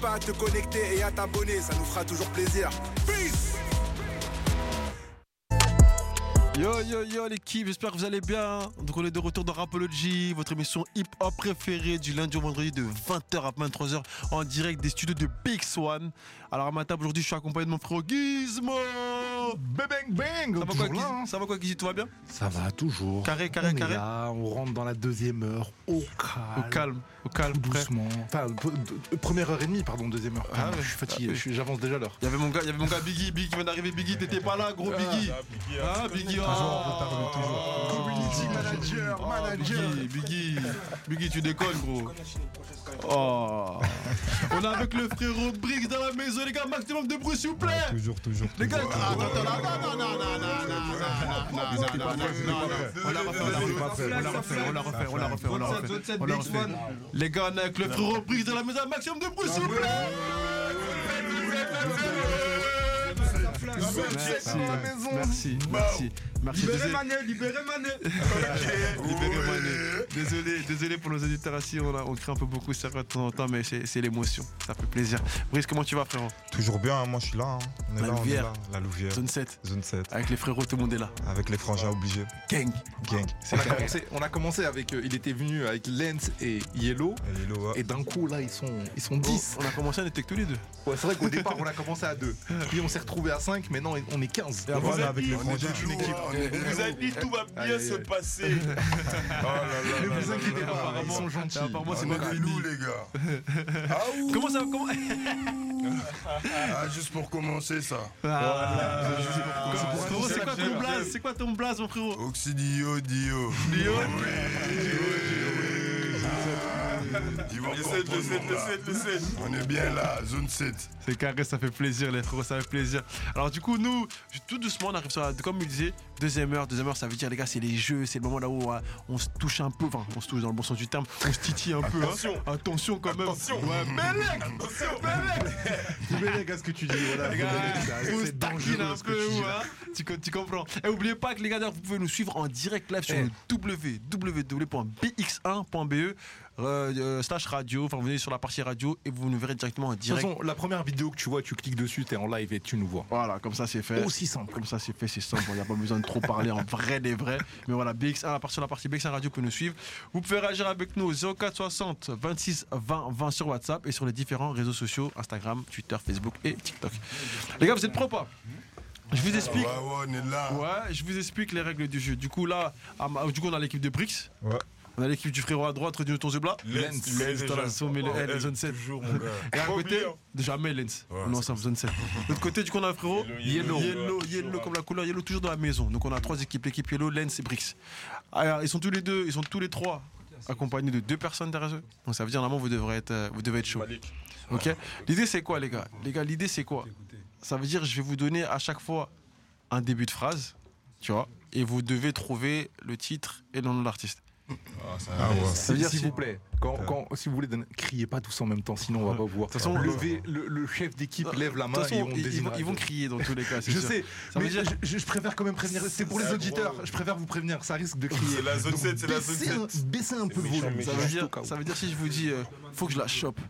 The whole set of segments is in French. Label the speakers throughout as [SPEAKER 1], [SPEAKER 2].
[SPEAKER 1] pas à te connecter et à t'abonner, ça nous fera toujours plaisir. Peace
[SPEAKER 2] Yo yo yo l'équipe, j'espère que vous allez bien. Donc on est de retour dans Rapology, votre émission hip-hop préférée du lundi au vendredi de 20h à 23h en direct des studios de Big Swan. Alors à ma table aujourd'hui, je suis accompagné de mon frère Gizmo.
[SPEAKER 3] Bang bang
[SPEAKER 2] Ça va quoi,
[SPEAKER 3] toujours là,
[SPEAKER 2] Giz-
[SPEAKER 3] hein.
[SPEAKER 2] Ça va quoi Gizmo Tout va bien
[SPEAKER 3] Ça va toujours.
[SPEAKER 2] Carré, carré,
[SPEAKER 3] on est
[SPEAKER 2] carré.
[SPEAKER 3] là, hein. on rentre dans la deuxième heure au calme.
[SPEAKER 2] Au calme, au
[SPEAKER 3] Tout
[SPEAKER 2] calme, frère.
[SPEAKER 3] doucement. Enfin, p- d- première heure et demie, pardon, deuxième heure.
[SPEAKER 2] Ah
[SPEAKER 3] Pardon,
[SPEAKER 2] ouais.
[SPEAKER 3] Je suis fatigué,
[SPEAKER 2] Ah ouais.
[SPEAKER 3] je suis- j'avance déjà l'heure.
[SPEAKER 2] Il y avait mon gars, il y avait mon gars Biggie, Biggie qui vient d'arriver. Biggie, t'étais pas là, gros Biggie. Ah, Biggie, oh.
[SPEAKER 1] Community manager,
[SPEAKER 2] Oh,
[SPEAKER 1] manager.
[SPEAKER 2] Biggie, Biggie, Biggie, tu décolles, gros. Oh. On est avec le frérot Briggs dans la maison, les gars. Maximum de bruit, s'il vous plaît.
[SPEAKER 4] Toujours, toujours.
[SPEAKER 2] Les gars, attends, attends, non, non, non, non, non, non, non, non, non, non, non, non. On la refait, on la refait, on la refait, on la refait, on la refait, on la refait, on la refait. Les gars, on est avec le frérot Briggs dans la maison, maximum de bruit, s'il vous plaît. Merci,
[SPEAKER 3] Merci,
[SPEAKER 2] merci, merci. Désolé,
[SPEAKER 5] Mané, libérez Mané
[SPEAKER 2] libérez Mané. Désolé, désolé pour nos auditeurs assis, on, a- on crie un peu beaucoup ça va de temps en temps, mais c'est c'est l'émotion, ça fait plaisir. Brice, comment tu vas frérot
[SPEAKER 4] Toujours bien, hein, moi je suis là. hein. On est
[SPEAKER 2] La
[SPEAKER 4] là, on est
[SPEAKER 2] Louvière.
[SPEAKER 4] là. La Louvière.
[SPEAKER 2] Zone 7,
[SPEAKER 4] Zone 7.
[SPEAKER 2] avec les frérots, tout le monde est là.
[SPEAKER 4] Avec les frangins obligés.
[SPEAKER 2] Gang,
[SPEAKER 4] Gang.
[SPEAKER 3] On a, commencé, on a commencé avec. euh, il était venu avec Lens et Yellow.
[SPEAKER 4] Et les Loa.
[SPEAKER 3] Et d'un coup, là, ils sont, ils sont 10.
[SPEAKER 2] On a commencé, on était que tous les deux.
[SPEAKER 3] Oh, Ouais, c'est vrai qu'au départ, on a commencé à 2. Puis on s'est retrouvé à 5, maintenant on est 15.
[SPEAKER 4] Et voilà, avec les frangins.
[SPEAKER 6] vous a dit tout va bien se passer.
[SPEAKER 3] Oh Ne vous inquiétez pas, ils sont gentils. Ah,
[SPEAKER 2] Apparemment, c'est
[SPEAKER 6] On
[SPEAKER 2] moi
[SPEAKER 6] est nous les gars. Ah ouh.
[SPEAKER 2] Comment ça comment...
[SPEAKER 6] Ah, juste pour commencer ça.
[SPEAKER 2] Ah, Frérot, c'est quoi
[SPEAKER 6] ça que
[SPEAKER 2] ton
[SPEAKER 6] j'ai
[SPEAKER 2] blaze C'est quoi ton blaze, mon frérot
[SPEAKER 6] Oxydio Dio.
[SPEAKER 2] Dio
[SPEAKER 6] Le 7, le 7, le 7, le 7. On est bien là, zone 7.
[SPEAKER 2] C'est carré, ça fait plaisir, les frérots, ça fait plaisir. Alors, du coup, nous, tout doucement, on arrive sur la, comme il disait, deuxième heure. Deuxième heure, ça veut dire, les gars, c'est les jeux, c'est le moment là où euh, on se touche un peu, enfin, on se touche dans le bon sens du terme, on se titille un peu. Attention Attention quand même Attention Ouais,
[SPEAKER 3] les gars, ce que tu dis, voilà.
[SPEAKER 2] les gars,
[SPEAKER 3] c'est-
[SPEAKER 2] on se
[SPEAKER 3] c'est
[SPEAKER 2] taquine
[SPEAKER 3] dangereux
[SPEAKER 2] un
[SPEAKER 3] ce que
[SPEAKER 2] peu,
[SPEAKER 3] tu dis,
[SPEAKER 2] ouais, hein. tu, co- tu comprends. Et oubliez pas que les gars, d'ailleurs, vous pouvez nous suivre en direct live sur
[SPEAKER 3] Eh.
[SPEAKER 2] le www.bx1.be euh, euh, slash radio. Enfin, vous venez sur la partie radio et vous nous verrez directement en
[SPEAKER 3] De toute
[SPEAKER 2] direct.
[SPEAKER 3] façon, la première vidéo que tu vois, tu cliques dessus, t'es en live et tu nous vois.
[SPEAKER 2] Voilà, comme ça c'est fait.
[SPEAKER 3] Aussi simple.
[SPEAKER 2] Hein, Comme ça c'est fait, c'est simple. Il n'y a pas besoin de trop parler en vrai des vrais. Mais voilà, BX1, la partie, la partie BX1 Radio peut nous suivre. Vous pouvez réagir avec nous au 04 60 26 20 20 sur WhatsApp et sur les différents réseaux sociaux Instagram, Twitter, Facebook et TikTok. Les gars, vous êtes prêts ou pas Je vous
[SPEAKER 6] Ouais,
[SPEAKER 2] explique.
[SPEAKER 6] ouais, on est là.
[SPEAKER 2] Ouais, je vous explique les règles du jeu. Du coup, là, à ma- du coup, on a l'équipe de Brix.
[SPEAKER 4] Ouais.
[SPEAKER 2] On a l'équipe du frérot à droite, du Tour de Blas.
[SPEAKER 6] Lens,
[SPEAKER 2] Lens, dans la somme et le- et la zone 7.
[SPEAKER 6] Toujours, mon gars.
[SPEAKER 2] Et à
[SPEAKER 6] Pas
[SPEAKER 2] côté,
[SPEAKER 6] oublié, hein.
[SPEAKER 2] jamais Lens. on est ensemble, zone 7. De l'autre côté, du coup, on a le frérot.
[SPEAKER 6] Yellow,
[SPEAKER 2] Yellow,
[SPEAKER 6] yellow.
[SPEAKER 2] yellow, yellow, comme la couleur, yellow toujours dans la maison. Donc on a trois équipes, l'équipe yellow, Lens et Brix. Alors, ils sont tous les deux, ils sont tous les trois accompagnés de deux personnes derrière eux. Donc ça veut dire normalement vous devrez être, euh, vous devez être chaud. Ok. L'idée c'est quoi les gars Les gars, l'idée c'est quoi Ça veut dire je vais vous donner à chaque fois un début de phrase, tu vois, et vous devez trouver le titre et le nom de l'artiste.
[SPEAKER 4] Ah ouais.
[SPEAKER 2] Ça veut dire
[SPEAKER 3] S'il
[SPEAKER 2] si-
[SPEAKER 3] vous plaît, quand, quand- si vous voulez, donner- criez pas tous en même temps, sinon on va pas vous voir.
[SPEAKER 2] toute façon,
[SPEAKER 3] Levez, le, le chef d'équipe lève la
[SPEAKER 2] Euh, De toute
[SPEAKER 3] main
[SPEAKER 2] façon,
[SPEAKER 3] et on
[SPEAKER 2] ils- ils,
[SPEAKER 3] désigne.
[SPEAKER 2] vont, ils vont crier dans tous les cas. c'est
[SPEAKER 3] Je
[SPEAKER 2] sûr.
[SPEAKER 3] sais,
[SPEAKER 2] Ça veut
[SPEAKER 3] mais
[SPEAKER 2] dire-
[SPEAKER 3] je, je préfère quand même prévenir. C'est pour les auditeurs. Je préfère vous prévenir, ça risque de crier.
[SPEAKER 6] C'est la zone
[SPEAKER 3] Donc,
[SPEAKER 6] 7, c'est la zone
[SPEAKER 3] baissez un- Baissez un peu le volume.
[SPEAKER 2] Ça veut, dire,
[SPEAKER 3] Au cas où.
[SPEAKER 2] ça veut dire si je vous dis euh, faut que je la chope.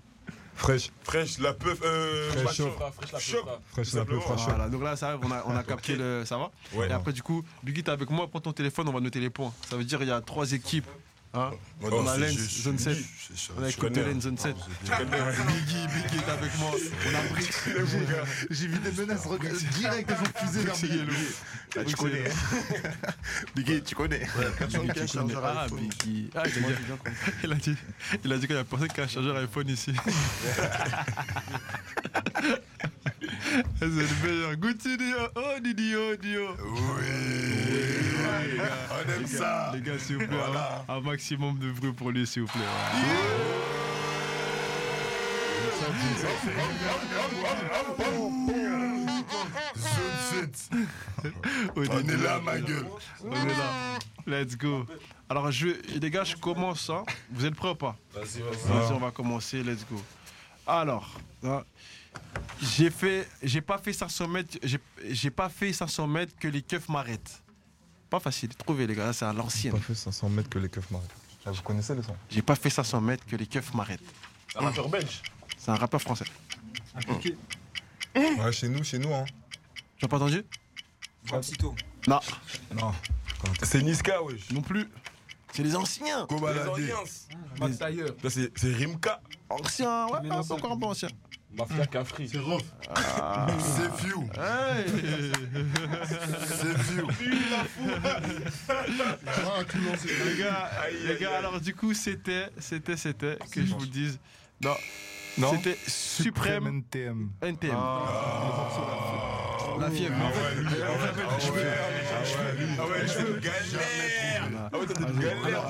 [SPEAKER 4] Fraîche.
[SPEAKER 6] Fraîche, la peuf. Euh,
[SPEAKER 4] Fraîche,
[SPEAKER 6] Macho.
[SPEAKER 4] chauffe.
[SPEAKER 6] Chope.
[SPEAKER 4] Fraîche,
[SPEAKER 6] Tout
[SPEAKER 4] la peu
[SPEAKER 6] simplement.
[SPEAKER 4] fraîche.
[SPEAKER 2] Voilà, donc là, ça, on a, on a capté le. Ça va
[SPEAKER 6] Ouais.
[SPEAKER 2] Et après, du coup, Luigi, t'es avec moi, prends ton téléphone, on va noter les points. Ça veut dire il y a trois équipes. Hein
[SPEAKER 6] Ouais,
[SPEAKER 2] on
[SPEAKER 6] Oh, non,
[SPEAKER 2] a
[SPEAKER 6] c'est-
[SPEAKER 2] Lens,
[SPEAKER 6] je- je-
[SPEAKER 2] Zone 7.
[SPEAKER 6] c'est ça,
[SPEAKER 2] On a
[SPEAKER 6] je
[SPEAKER 2] l'équipe de
[SPEAKER 6] connais. hein.
[SPEAKER 2] Lens, Zone 7. Biggie, Biggie est avec moi. On a Brix.
[SPEAKER 3] J'ai vu des menaces regarde, direct elles ont fusé vers Miguel. Ah, Tu connais. Biggie, tu connais.
[SPEAKER 6] Personne qui a un chargeur
[SPEAKER 2] Ah,
[SPEAKER 6] iPhone.
[SPEAKER 2] Biggie. Ah, il a dit- il a dit, il a dit qu'il y a personne qui a un chargeur iPhone ici. C'est le meilleur. Goutini, oh Didi, oh Dio.
[SPEAKER 6] Oui. On aime ça.
[SPEAKER 2] Les gars, s'il vous plaît, hein.
[SPEAKER 6] Voilà.
[SPEAKER 2] un, un maximum de bruit pour lui, s'il vous plaît. hein.
[SPEAKER 6] Zone 7.
[SPEAKER 2] Au
[SPEAKER 6] On
[SPEAKER 2] début,
[SPEAKER 6] est là, ma gueule.
[SPEAKER 2] on est là. Let's go. Alors, je, les gars, je commence. hein. Vous êtes prêts ou pas Vas-y, on va commencer. Let's go. Alors, hein, j'ai fait, j'ai pas fait 500 mètres, j'ai- j'ai pas fait 500 mètres que les keufs m'arrêtent. Pas facile, trouvez les gars, là, c'est à
[SPEAKER 4] J'ai
[SPEAKER 2] l'ancienne.
[SPEAKER 4] pas fait 500 mètres que les keufs marient. Ah, Vous connaissez le son
[SPEAKER 2] J'ai pas fait 500 mètres que les keufs m'arrêtent.
[SPEAKER 6] Un rappeur belge.
[SPEAKER 2] C'est un rappeur français.
[SPEAKER 7] Appliqué.
[SPEAKER 4] Ouais, chez nous, chez nous, hein.
[SPEAKER 2] Tu as pas entendu
[SPEAKER 7] Rapsito.
[SPEAKER 2] Non.
[SPEAKER 4] Non.
[SPEAKER 6] C'est Niska, wesh.
[SPEAKER 2] Non plus. C'est les anciens.
[SPEAKER 6] Kobalade.
[SPEAKER 7] Oriens. Max Tailleur.
[SPEAKER 6] Là, c'est c'est Rimka.
[SPEAKER 2] Anciens, ouais,
[SPEAKER 7] Mais
[SPEAKER 2] ah,
[SPEAKER 7] non,
[SPEAKER 2] c'est
[SPEAKER 7] ça-
[SPEAKER 2] encore un peu ancien.
[SPEAKER 8] Mafia Cafri.
[SPEAKER 9] C'est rough.
[SPEAKER 6] C'est Few.
[SPEAKER 2] Hey.
[SPEAKER 6] C'est Few.
[SPEAKER 9] Ah, tout lancé.
[SPEAKER 2] les gars, les gars, alors du coup, c'était, c'était, c'était, que je vous le dise. Non,
[SPEAKER 4] Non.
[SPEAKER 2] c'était Suprême
[SPEAKER 3] NTM.
[SPEAKER 2] NTM. La fièvre.
[SPEAKER 6] Ah ouais, c'est une galère. Ah ouais, t'as des galères.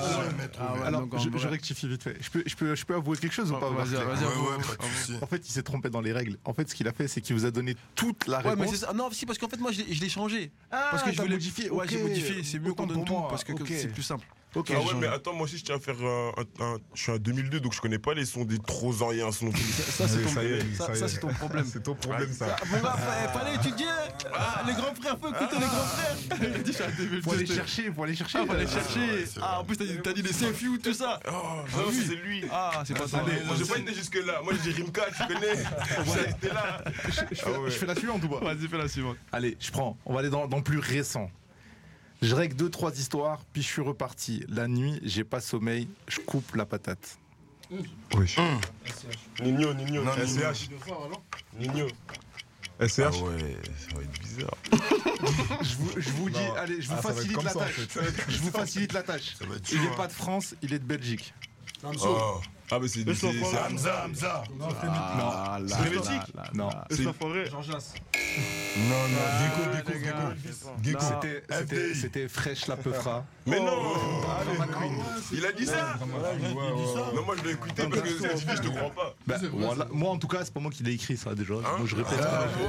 [SPEAKER 3] Ah ouais,
[SPEAKER 2] Alors,
[SPEAKER 3] donc, en
[SPEAKER 2] je-
[SPEAKER 3] vrai- Ah, je rectifie vite fait. Je peux, je peux, je peux avouer quelque chose ou pas
[SPEAKER 2] Vas-y,
[SPEAKER 3] Barclay
[SPEAKER 2] vas-y,
[SPEAKER 6] Ouais,
[SPEAKER 2] avoue.
[SPEAKER 6] Bah ouais, pas de soucis.
[SPEAKER 3] En fait, il s'est trompé dans les règles. En fait, ce qu'il a fait, c'est qu'il vous a donné toute la
[SPEAKER 2] Ouais,
[SPEAKER 3] réponse.
[SPEAKER 2] mais c'est ça. Non, si, parce qu'en fait, moi, je l'ai, je l'ai changé. parce que je voulais modifier. Ouais, j'ai Ah, modifié. C'est mieux qu'on donne tout parce que c'est plus simple.
[SPEAKER 3] Ok.
[SPEAKER 6] Ah ouais, mais attends, moi aussi je tiens à faire euh, un. un- Je suis un 2002 donc je connais pas les sons des Trozoriens. Son...
[SPEAKER 2] Ça, c'est
[SPEAKER 4] Allez,
[SPEAKER 2] ton,
[SPEAKER 4] ça y est,
[SPEAKER 2] ça-
[SPEAKER 4] ça y
[SPEAKER 2] ça,
[SPEAKER 4] est.
[SPEAKER 2] c'est ton problème.
[SPEAKER 4] Ah, C'est ton problème,
[SPEAKER 6] Ah,
[SPEAKER 4] ça.
[SPEAKER 2] Mon gars, fa- eh, fallait étudier. Ah, les grands frères, faut écouter les grands frères. Il dit, je suis un débile,
[SPEAKER 3] Pour aller
[SPEAKER 2] je te-
[SPEAKER 3] chercher, pour aller chercher.
[SPEAKER 2] Ah, faut aller
[SPEAKER 3] euh,
[SPEAKER 2] chercher. Ah, en plus, t'as dit, t'as dit les CFU, tout ça.
[SPEAKER 6] Oh, non, c'est lui.
[SPEAKER 2] Ah, c'est pas ça.
[SPEAKER 6] Allez, moi j'ai pas été jusque là. Moi j'ai dit Rimka, tu connais. J'ai été là.
[SPEAKER 3] je, fais, je fais la suivante ou pas
[SPEAKER 2] Vas-y, fais la suivante.
[SPEAKER 3] Allez, je prends. On va aller dans, dans le plus récent. Je règle deux, trois histoires, puis je suis reparti. La nuit, j'ai pas sommeil, je coupe la patate.
[SPEAKER 4] Wesh.
[SPEAKER 6] Nino, Nino,
[SPEAKER 4] Non,
[SPEAKER 6] Nino.
[SPEAKER 4] SCH.
[SPEAKER 6] Nino.
[SPEAKER 4] SCH.
[SPEAKER 6] Ah, ouais, ça va être bizarre.
[SPEAKER 3] Je vous, je vous dis,
[SPEAKER 4] Non.
[SPEAKER 3] allez, je vous
[SPEAKER 4] Ah, ça va être
[SPEAKER 3] facilite
[SPEAKER 4] comme
[SPEAKER 3] la
[SPEAKER 4] ça, en
[SPEAKER 3] tâche. Je vous facilite la tâche.
[SPEAKER 6] Ça va être
[SPEAKER 3] Il
[SPEAKER 6] chaud.
[SPEAKER 3] n'est pas de France, il est de Belgique.
[SPEAKER 6] Oh. Ah, mais c'est c'est- c'est Hamza, Hamza.
[SPEAKER 2] Ah, là,
[SPEAKER 6] C'est Frédéric
[SPEAKER 2] là, là,
[SPEAKER 3] Non.
[SPEAKER 2] là.
[SPEAKER 6] C'est
[SPEAKER 7] Jean Jass.
[SPEAKER 4] Non, non,
[SPEAKER 2] ouais,
[SPEAKER 4] Gecko,
[SPEAKER 2] les
[SPEAKER 4] Gecko,
[SPEAKER 2] gars.
[SPEAKER 4] Gecko. Gecko.
[SPEAKER 2] Non.
[SPEAKER 3] C'était- C'était c'était Fresh la Peufra.
[SPEAKER 6] Mais non Il a dit ça Non, moi je l'ai écouté parce que cette idée, je te crois pas.
[SPEAKER 3] Bah, voilà. Moi, en tout cas, c'est pas moi qui l'ai écrit, ça déjà.
[SPEAKER 6] Hein
[SPEAKER 3] Donc, je répète.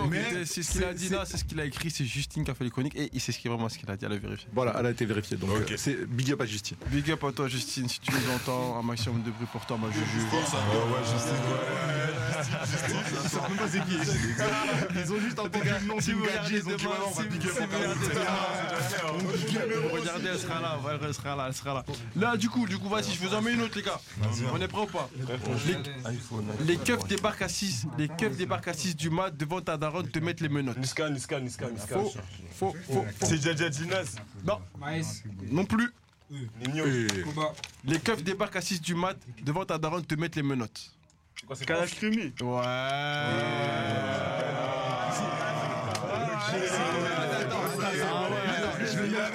[SPEAKER 2] Oh, putain, c'est ce qu'il a dit là, c'est ce qu'il a écrit, c'est Justine qui a fait les chroniques et il sait ce qui est vraiment ce qu'il a dit, à la vérifier.
[SPEAKER 3] Voilà, elle a été vérifiée. Donc,
[SPEAKER 6] Ok.
[SPEAKER 3] euh, c'est Big Up à Justine.
[SPEAKER 2] Big up à toi Justine, si tu nous entends, un maximum de bruit pour toi ma Juju.
[SPEAKER 3] Ils savent même pas c'est qui. Ils ont juste entendu le nom
[SPEAKER 2] Si
[SPEAKER 3] du
[SPEAKER 2] vous
[SPEAKER 3] gadget.
[SPEAKER 2] regardez
[SPEAKER 3] Ils ont dit,
[SPEAKER 2] demain,
[SPEAKER 3] voilà, on
[SPEAKER 2] si
[SPEAKER 3] va
[SPEAKER 2] vous
[SPEAKER 3] big up.
[SPEAKER 2] si vous regardez demain, regardez, elle sera là, ouais, elle sera là, elle sera là. Là du coup, du coup vas-y, je vous en mets une autre les gars. On est prêt ou pas Les- Les keufs débarquent à 6, les keufs débarquent à 6 du mat devant ta daronne te mettent les menottes.
[SPEAKER 6] Niska, Niska, Niska, Niska.
[SPEAKER 2] Faux, faux, faux, faux.
[SPEAKER 6] C'est Jaja Dinas.
[SPEAKER 2] Non,
[SPEAKER 7] Maes.
[SPEAKER 2] non plus.
[SPEAKER 6] Nino.
[SPEAKER 7] Koba.
[SPEAKER 2] Les keufs débarquent à 6 du mat devant ta daronne te mettent les menottes.
[SPEAKER 8] C'est Kalash Krimi.
[SPEAKER 2] Ouais.
[SPEAKER 6] Comment Ah,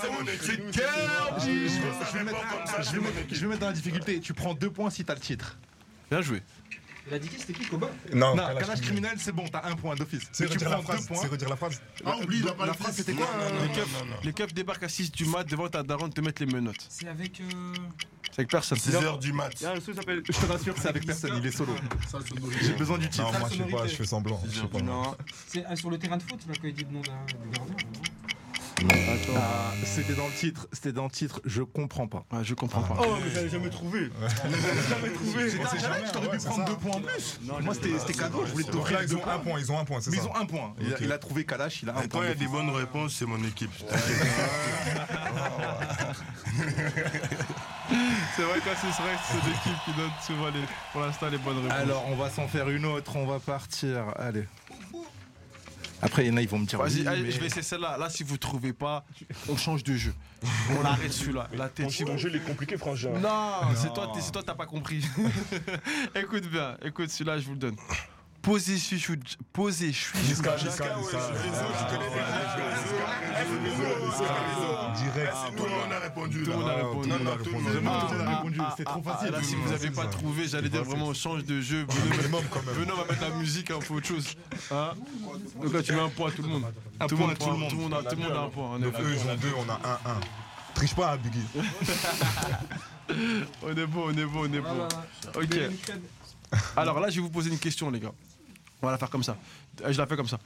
[SPEAKER 6] c'est mon équipe Cœur
[SPEAKER 3] Je vais- je vais-
[SPEAKER 6] Ça
[SPEAKER 3] je vais
[SPEAKER 6] fait
[SPEAKER 3] mettre-
[SPEAKER 6] pas comme ça,
[SPEAKER 3] je vais mettre- Je vais mettre dans la difficulté. Tu prends deux points si t'as le titre.
[SPEAKER 2] Bien joué.
[SPEAKER 7] Il a dit qui c'était qui Koba
[SPEAKER 4] Non,
[SPEAKER 3] Non,
[SPEAKER 4] Kalash
[SPEAKER 3] calage
[SPEAKER 4] Criminel.
[SPEAKER 3] criminel, c'est bon, t'as un point d'office.
[SPEAKER 4] C'est
[SPEAKER 3] Mais tu
[SPEAKER 4] redire la
[SPEAKER 3] prends deux
[SPEAKER 4] phrase.
[SPEAKER 3] points.
[SPEAKER 4] C'est redire la phrase.
[SPEAKER 9] Ah, oublie, il a pas
[SPEAKER 3] La
[SPEAKER 9] le
[SPEAKER 3] phrase,
[SPEAKER 9] fils.
[SPEAKER 3] c'était quoi euh,
[SPEAKER 2] Les keufs, les keufs débarquent à 6 du mat devant ta daronne te mettent les menottes.
[SPEAKER 7] C'est avec. euh,
[SPEAKER 2] C'est avec personne.
[SPEAKER 6] 6h du mat.
[SPEAKER 8] Il y a un truc qui s'appelle.
[SPEAKER 3] Je te rassure, c'est avec personne, il est solo. J'ai besoin du titre.
[SPEAKER 4] Non, moi, je sais pas, je fais semblant. Je sais pas.
[SPEAKER 8] Non.
[SPEAKER 7] C'est euh, sur le terrain de foot, là, quand il dit le nom d'un du gardien.
[SPEAKER 3] Ah, C'était dans le titre, c'était dans le titre, je comprends pas.
[SPEAKER 2] Ouais, je comprends pas.
[SPEAKER 8] Oh, mais j'avais jamais trouvé. J'avais jamais trouvé.
[SPEAKER 3] C'était un challenge, t'aurais pu prendre deux points en plus. Moi, c'était c'était cadeau, je voulais te
[SPEAKER 4] Donc là,
[SPEAKER 3] donner
[SPEAKER 4] ils
[SPEAKER 3] deux
[SPEAKER 4] ont
[SPEAKER 3] points.
[SPEAKER 4] un point, ils ont un point, c'est
[SPEAKER 3] Mais
[SPEAKER 4] ça.
[SPEAKER 3] ils ont un point. Il a-
[SPEAKER 4] Ok.
[SPEAKER 3] Il a trouvé Kalash, il a un
[SPEAKER 6] Quand il y
[SPEAKER 3] point.
[SPEAKER 6] a des bonnes réponses, c'est mon équipe.
[SPEAKER 2] C'est vrai que c'est vrai que c'est l'équipe qui donne souvent les, pour l'instant les bonnes réponses.
[SPEAKER 3] Alors, on va s'en faire une autre, on va partir. Allez. Après, il y en a, ils vont me dire.
[SPEAKER 2] Vas-y,
[SPEAKER 3] oui,
[SPEAKER 2] allez,
[SPEAKER 3] mais-
[SPEAKER 2] je vais essayer celle-là. Là, si vous trouvez pas, on change de jeu. On arrête celui-là. La tête.
[SPEAKER 6] Mon jeu, il est compliqué, frangin.
[SPEAKER 2] Non, c'est toi, t'es- c'est toi, t'as pas compris. écoute bien, écoute, celui-là, je vous le donne. Posez, je suis, posez, je suis.
[SPEAKER 4] Niska, Niska,
[SPEAKER 6] Niska, ouais, je
[SPEAKER 4] Niska.
[SPEAKER 6] suis désolé, je connais les Niska,
[SPEAKER 4] Direct.
[SPEAKER 6] Tout le monde a répondu.
[SPEAKER 2] Tout le monde a répondu.
[SPEAKER 6] Non, non, tout le monde
[SPEAKER 3] Ah,
[SPEAKER 6] a
[SPEAKER 3] tout le monde a répondu, c'était trop facile.
[SPEAKER 2] Ah, là, si vous avez pas trouvé, j'allais dire vraiment, on change de jeu. Venez, venez, on va mettre la musique, on fait autre chose. Hein Donc là, tu mets un point à tout le monde.
[SPEAKER 3] Un
[SPEAKER 2] tout le
[SPEAKER 3] point
[SPEAKER 2] monde
[SPEAKER 3] à tout le
[SPEAKER 2] prend-
[SPEAKER 3] monde.
[SPEAKER 2] Tout le monde a, tout le monde a un point. On est,
[SPEAKER 4] Donc eux, ils ont deux, on a un, un. Triche pas, hein, Biggie.
[SPEAKER 2] on est bon, on est bon, on est bon. Ok.
[SPEAKER 7] Voilà. Michael.
[SPEAKER 2] Alors là, je vais vous poser une question, les gars. On va la faire comme ça. Euh, Je la fais comme ça.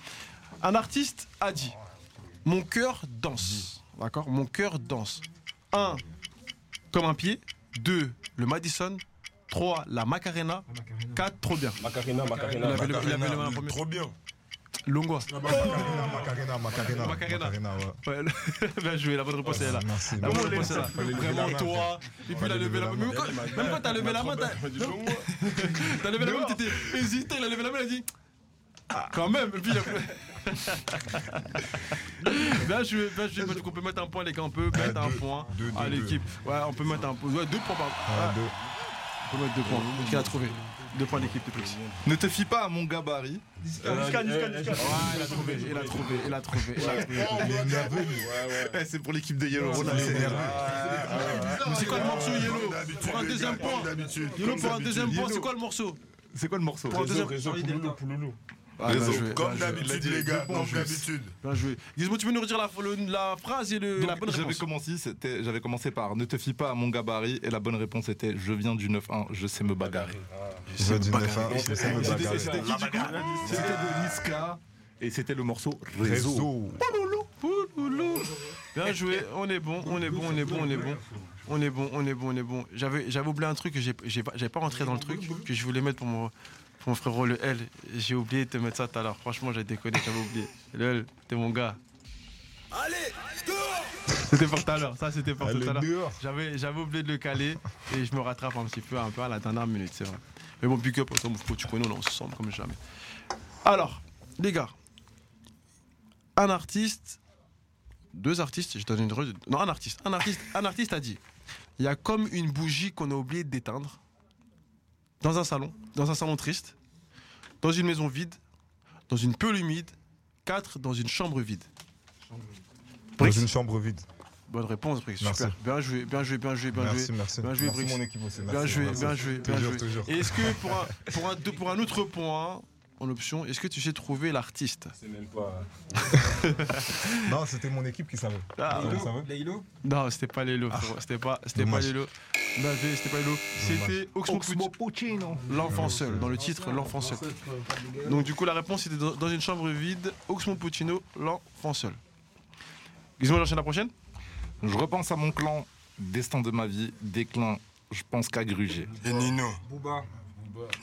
[SPEAKER 2] Un artiste a dit Mon cœur danse. D'accord Mon cœur danse. 1. Comme un pied. 2. Le Madison. 3. La Macarena. 4. Trop bien.
[SPEAKER 8] Macarena, Macarena.
[SPEAKER 2] Il avait le- il avait le main
[SPEAKER 6] répondu.
[SPEAKER 2] premier.
[SPEAKER 6] Trop bien.
[SPEAKER 2] Longois.
[SPEAKER 4] Macarena, Macarena, Macarena.
[SPEAKER 2] Macarena.
[SPEAKER 4] Macarena, ouais.
[SPEAKER 2] Ouais, bien joué, la bonne réponse elle est là.
[SPEAKER 4] Merci.
[SPEAKER 2] La bonne réponse
[SPEAKER 4] merci.
[SPEAKER 2] est là. Vraiment toi. Et puis il a levé la main. Mais quand- Même quand t'as levé la main, t'as t'as levé la main, t'étais hésité, il a levé la main, il a dit.
[SPEAKER 4] Ah.
[SPEAKER 2] Quand même, et puis il a. bien joué, bien joué. Donc on peut mettre un point, les gars, on peut mettre un
[SPEAKER 4] Euh, deux.
[SPEAKER 2] point
[SPEAKER 4] Deux, deux,
[SPEAKER 2] à
[SPEAKER 4] deux.
[SPEAKER 2] l'équipe. Ouais, on peut mettre un point. Ouais, deux points, pardon.
[SPEAKER 4] Ah,
[SPEAKER 2] Ouais,
[SPEAKER 4] deux. Euh,
[SPEAKER 2] On peut mettre deux points. Qui a trouvé Deux points l'équipe de plus.
[SPEAKER 3] Ne te fie pas à mon gabarit.
[SPEAKER 4] Euh,
[SPEAKER 8] Niska, Niska, Niska.
[SPEAKER 2] il a trouvé, il a trouvé, il a trouvé. il a trouvé.
[SPEAKER 3] Eh, c'est pour l'équipe de Yellow.
[SPEAKER 4] Il est énervé.
[SPEAKER 2] Mais c'est quoi le morceau Yellow Pour un deuxième point. Yellow pour un deuxième point, c'est quoi le morceau
[SPEAKER 3] C'est quoi le morceau
[SPEAKER 2] Pour un deuxième
[SPEAKER 8] Réseau,
[SPEAKER 7] Charlie Delta.
[SPEAKER 8] Pouloulou, Pouloulou.
[SPEAKER 2] Ah, bien
[SPEAKER 3] Réseau.
[SPEAKER 2] joué,
[SPEAKER 6] Comme
[SPEAKER 2] bien joué,
[SPEAKER 6] d'habitude, les gars,
[SPEAKER 3] Bon,
[SPEAKER 6] comme
[SPEAKER 3] juste.
[SPEAKER 6] d'habitude.
[SPEAKER 2] Bien joué. Gizmo, tu peux nous redire la, le- la phrase et le,
[SPEAKER 3] Donc,
[SPEAKER 2] la bonne
[SPEAKER 3] J'avais
[SPEAKER 2] réponse
[SPEAKER 3] commencé, c'était- j'avais commencé par ne te fie pas à mon gabarit et la bonne réponse était je viens du 9-1, je sais me bagarrer.
[SPEAKER 4] Je veux du 9-1, je sais me bagarrer.
[SPEAKER 3] C'était de Niska et c'était le morceau Réseau.
[SPEAKER 4] Réseau.
[SPEAKER 2] Pouloulou. Bien joué, on est bon, on est bon, on est bon, on est bon. On est bon, on est bon, on est bon. J'avais j'avais oublié un truc que j'ai j'ai pas- j'avais pas rentré dans le truc que je voulais mettre pour mon, pour mon frérot le L. J'ai oublié de te mettre ça tout à l'heure. Franchement, j'ai déconné, j'avais oublié. Le L, t'es mon gars.
[SPEAKER 1] Allez, dehors
[SPEAKER 2] C'était pour tout à l'heure. Ça, c'était pour
[SPEAKER 4] Elle
[SPEAKER 2] tout à
[SPEAKER 4] est
[SPEAKER 2] l'heure.
[SPEAKER 4] dehors.
[SPEAKER 2] J'avais, j'avais oublié de le caler et je me rattrape un petit peu, un peu à la dernière minute, c'est vrai. Mais bon, big up, on s'en fout, tu connais, on est ensemble comme jamais. Alors, les gars, un artiste, deux artistes, je donne une re- non un artiste, un artiste, un artiste a dit, il y a comme une bougie qu'on a oublié d'éteindre dans un salon, dans un salon triste, dans une maison vide, dans une pelouse humide, quatre dans une chambre vide.
[SPEAKER 4] Dans
[SPEAKER 2] Brix.
[SPEAKER 4] une chambre vide.
[SPEAKER 2] Bonne réponse, Brix.
[SPEAKER 4] Merci.
[SPEAKER 2] Super. Bien joué, bien joué, bien joué, bien joué.
[SPEAKER 4] Merci, merci.
[SPEAKER 2] Bien joué,
[SPEAKER 4] Merci,
[SPEAKER 2] Brix.
[SPEAKER 4] mon équipe aussi.
[SPEAKER 2] Bien
[SPEAKER 4] Merci,
[SPEAKER 2] joué,
[SPEAKER 4] merci.
[SPEAKER 2] bien joué, bien
[SPEAKER 4] Toujours,
[SPEAKER 2] joué.
[SPEAKER 4] toujours.
[SPEAKER 2] Et Est-ce que pour un, pour, un, de- pour un autre point, en option, est-ce que tu sais trouver l'artiste
[SPEAKER 8] C'est même pas.
[SPEAKER 4] Non, c'était mon équipe qui savait.
[SPEAKER 2] Ah,
[SPEAKER 4] Comment ça va
[SPEAKER 7] Lélo, Lélo,
[SPEAKER 2] Non, c'était pas Lélo, frérot,
[SPEAKER 3] Ah.
[SPEAKER 2] c'était pas, c'était pas
[SPEAKER 4] Dommage.
[SPEAKER 2] Lélo. Bien joué, c'était pas Lélo. C'était Oxmo Puccino, l'enfant seul, dans le titre, l'enfant seul. Donc du coup, la réponse était dans, dans une chambre vide, Oxmo Puccino, l'enfant seul. Gizmo, j'enchaîne la prochaine
[SPEAKER 3] Je repense à mon clan, destin de ma vie, déclin, je pense qu'à gruger.
[SPEAKER 6] Et Nino,
[SPEAKER 7] Booba.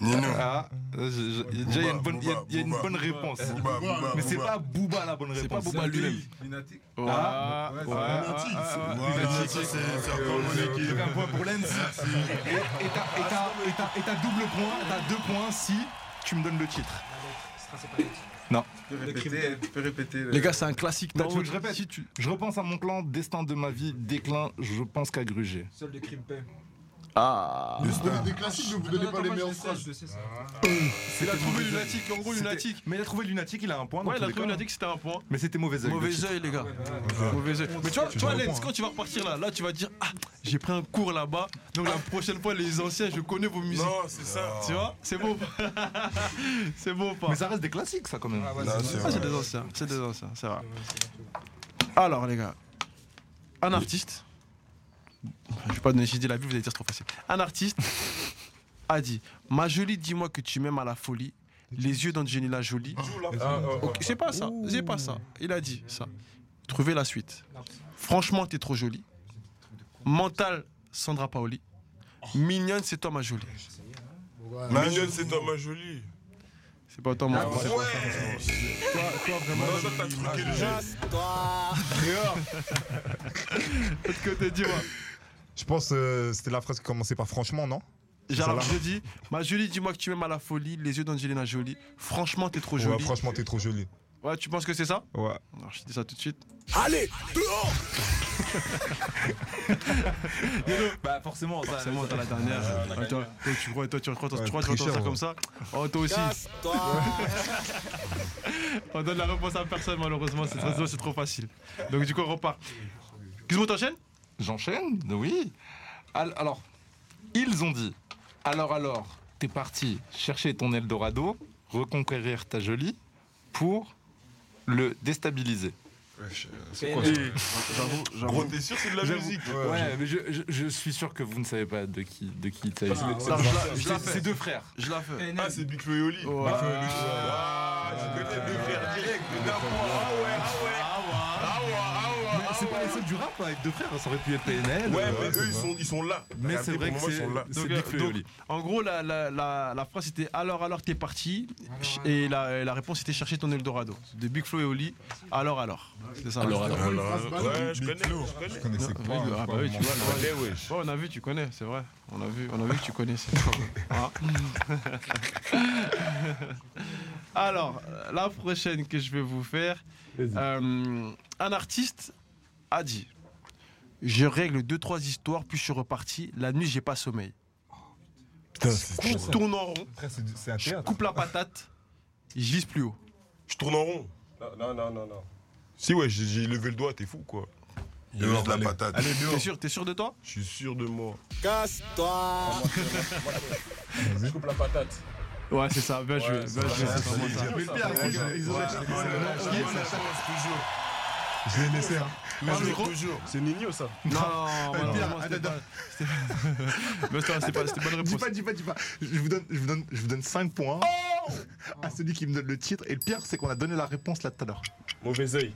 [SPEAKER 6] Nino.
[SPEAKER 3] Ah, je- je- il y a déjà une bonne- il y a- il y a une
[SPEAKER 6] Booba,
[SPEAKER 3] bonne
[SPEAKER 6] Booba,
[SPEAKER 3] réponse.
[SPEAKER 6] Booba, Booba,
[SPEAKER 3] Mais c'est
[SPEAKER 6] Booba.
[SPEAKER 3] pas Booba la bonne réponse.
[SPEAKER 2] C'est pas Booba lui-même. Ah, ouais, ouais, ouais, ouais, ouais.
[SPEAKER 6] Voilà, ça, c'est c'est encore mon équipe.
[SPEAKER 3] Donc un point pour Lens. Et- Et t'as- et t'as- et t'as- et t'as double point, t'as deux points si tu me donnes le titre.
[SPEAKER 2] Les gars, c'est un classique.
[SPEAKER 3] Bah,
[SPEAKER 2] t'as
[SPEAKER 3] tu veux que
[SPEAKER 2] honte.
[SPEAKER 3] je répète Je repense à mon clan, destin de ma vie, déclin, je pense qu'à gruger.
[SPEAKER 7] Seul de Crimpé.
[SPEAKER 2] Ah
[SPEAKER 10] Vous donnez des classiques, mais vous donnez pas les meilleures phrases.
[SPEAKER 7] Je sais ça.
[SPEAKER 2] Il a trouvé lunatique, en gros,
[SPEAKER 3] C'était-
[SPEAKER 2] lunatique.
[SPEAKER 3] Mais il a trouvé lunatique, il a un point. dans
[SPEAKER 2] Ouais, il
[SPEAKER 3] tous
[SPEAKER 2] a
[SPEAKER 3] les
[SPEAKER 2] trouvé
[SPEAKER 3] cas.
[SPEAKER 2] lunatique, c'était un point.
[SPEAKER 3] Mais c'était mauvais oeil.
[SPEAKER 2] Mauvais oeil, les gars.
[SPEAKER 7] Ouais, bah, ouais.
[SPEAKER 2] Mauvais œil. Mais tu vois, tu vois
[SPEAKER 4] Je
[SPEAKER 2] Lens,
[SPEAKER 4] comprends.
[SPEAKER 2] quand tu vas repartir là, là, tu vas dire Ah, j'ai pris un cours là-bas, donc la prochaine fois, les anciens, je connais vos musiques.
[SPEAKER 6] Non, c'est ça.
[SPEAKER 2] Tu vois, c'est bon. c'est bon, pas.
[SPEAKER 3] Mais ça reste des classiques, ça quand même.
[SPEAKER 7] Ah ouais,
[SPEAKER 6] Non,
[SPEAKER 7] c'est
[SPEAKER 6] c'est
[SPEAKER 7] vrai.
[SPEAKER 2] Ah, c'est des anciens, c'est des anciens, c'est vrai. Alors, les gars, un artiste, je vais pas donner idée la vie, vous allez dire c'est trop facile. Un artiste a dit Ma jolie, dis-moi que tu m'aimes à la folie, les yeux d'Angelina Jolie.
[SPEAKER 4] Ah, oh.
[SPEAKER 2] Ok, C'est pas ça, c'est pas ça. Il a dit ça. Trouvez la suite. Franchement, t'es trop jolie. Mental, Sandra Paoli. Mignonne, c'est toi ma jolie.
[SPEAKER 6] Manuel, c'est toi, ma jolie.
[SPEAKER 2] C'est pas toi, mon frère.
[SPEAKER 6] Ouais. Toi, vraiment. Non, toi, t'as truqué le jeu.
[SPEAKER 2] De l'autre côté, dis-moi.
[SPEAKER 4] Je pense que c'était la phrase qui commençait par franchement, non
[SPEAKER 2] Genre, je dis, ma jolie, dis-moi que tu m'aimes à la folie, les yeux d'Angelina Jolie. Franchement, t'es trop
[SPEAKER 4] Ouais,
[SPEAKER 2] jolie. Ouais,
[SPEAKER 4] franchement, t'es trop jolie.
[SPEAKER 2] tu penses que c'est ça
[SPEAKER 4] Ouais.
[SPEAKER 2] Alors, je te dis ça tout de suite.
[SPEAKER 1] Allez, dehors
[SPEAKER 3] Bah forcément, ça.
[SPEAKER 2] C'est moi, t'as la dernière. Ouais, toi, toi, tu crois, toi, tu crois, toi, tu crois, tu entends
[SPEAKER 4] tricheur,
[SPEAKER 2] ça
[SPEAKER 4] ouais.
[SPEAKER 2] comme ça Oh, toi aussi.
[SPEAKER 1] Toi
[SPEAKER 2] On donne la réponse à personne, malheureusement. C'est trop, c'est trop facile. Donc, du coup, on repart. Gizmo, t'enchaînes
[SPEAKER 3] J'enchaîne, oui. Al- Alors, ils ont dit alors, alors, t'es parti chercher ton Eldorado, reconquérir ta jolie pour le déstabiliser.
[SPEAKER 6] Gros, t'es sûr, c'est de la musique.
[SPEAKER 3] Ouais, mais je, je- je suis sûr que vous ne savez pas de qui, de qui il s'agit.
[SPEAKER 2] Non, je la- je la
[SPEAKER 3] C'est-
[SPEAKER 2] fais.
[SPEAKER 3] C'est deux frères.
[SPEAKER 2] Je la fais.
[SPEAKER 7] PNL.
[SPEAKER 6] Ah, c'est Big Flo et Oli.
[SPEAKER 2] Ouais.
[SPEAKER 6] Ah, je venais de le faire direct. mais d'un point. Ah ouais, ah ouais. Ah ouais, ah ouais, ah
[SPEAKER 11] C'est
[SPEAKER 6] ouais.
[SPEAKER 11] pas les seuls du
[SPEAKER 3] hein,
[SPEAKER 11] rap avec deux frères, ça aurait pu être PNL.
[SPEAKER 6] Ouais,
[SPEAKER 11] euh,
[SPEAKER 6] mais eux, ils sont, ils sont là.
[SPEAKER 11] Mais
[SPEAKER 6] Regardez,
[SPEAKER 11] c'est vrai que
[SPEAKER 6] pour le
[SPEAKER 11] c'est
[SPEAKER 6] moment, ils sont là.
[SPEAKER 11] c'est
[SPEAKER 2] Donc,
[SPEAKER 11] Big
[SPEAKER 2] euh,
[SPEAKER 11] Flo et
[SPEAKER 2] donc,
[SPEAKER 11] Oli.
[SPEAKER 2] En gros, la, la, la, la phrase c'était alors, alors t'es parti.
[SPEAKER 7] Alors,
[SPEAKER 2] Et la, la réponse était chercher ton Eldorado. De Big Flo et Oli. Alors, alors. C'est ça. hein.
[SPEAKER 11] Alors, alors.
[SPEAKER 6] Ouais, je connais, je connais.
[SPEAKER 4] Je connaissais
[SPEAKER 2] Ah,
[SPEAKER 4] pas.
[SPEAKER 2] oui, ah, bah oui, tu vois,
[SPEAKER 6] Je connais, ouais.
[SPEAKER 2] Ouais, on a vu, tu connais, c'est vrai. On a vu, on a vu que tu connaissais. Ah. Alors, la prochaine que je vais vous faire. euh, un artiste a dit Je règle deux, trois histoires, puis je suis reparti. La nuit, j'ai pas sommeil.
[SPEAKER 4] Putain, c'est
[SPEAKER 2] Je
[SPEAKER 4] c'est-
[SPEAKER 2] tourne en rond,
[SPEAKER 4] Après, c'est du- c'est un
[SPEAKER 2] je
[SPEAKER 4] théâtre.
[SPEAKER 2] coupe la patate, je vise plus haut.
[SPEAKER 6] Je tourne en rond.
[SPEAKER 8] Non, non, non, non.
[SPEAKER 6] Si, ouais, j'ai- j'ai levé le doigt, t'es fou, quoi. Le lord de la patate.
[SPEAKER 4] Allez, dehors.
[SPEAKER 2] T'es sûr, t'es sûr de toi
[SPEAKER 6] Je suis sûr de moi.
[SPEAKER 1] Casse-toi
[SPEAKER 8] Je coupe la patate.
[SPEAKER 2] Ouais, c'est ça, bien joué.
[SPEAKER 4] Ah bah,
[SPEAKER 8] Ouais,
[SPEAKER 2] bien
[SPEAKER 8] c'est
[SPEAKER 2] joué,
[SPEAKER 8] vrai,
[SPEAKER 2] c'est
[SPEAKER 8] c'est
[SPEAKER 2] vraiment
[SPEAKER 8] vrai.
[SPEAKER 2] ça.
[SPEAKER 4] Mais le pire,
[SPEAKER 8] Ouais,
[SPEAKER 4] ils ont- ils ont- ils ont- ils ont- Je l'ai laissé, hein.
[SPEAKER 2] Ah, le gros-
[SPEAKER 8] C'est Nino, ça.
[SPEAKER 2] Non, non,
[SPEAKER 4] Pierre,
[SPEAKER 2] malheureusement, c'était
[SPEAKER 4] attends,
[SPEAKER 2] pas- c'était- Mais ça, c'est pas, c'était pas une
[SPEAKER 4] Dis
[SPEAKER 2] réponse.
[SPEAKER 4] pas, dis pas, dis pas. Je vous donne, je vous donne, je vous donne 5 points à celui qui me donne le titre. Et le pire, c'est qu'on a donné la réponse là tout à l'heure.
[SPEAKER 8] Mauvais oeil.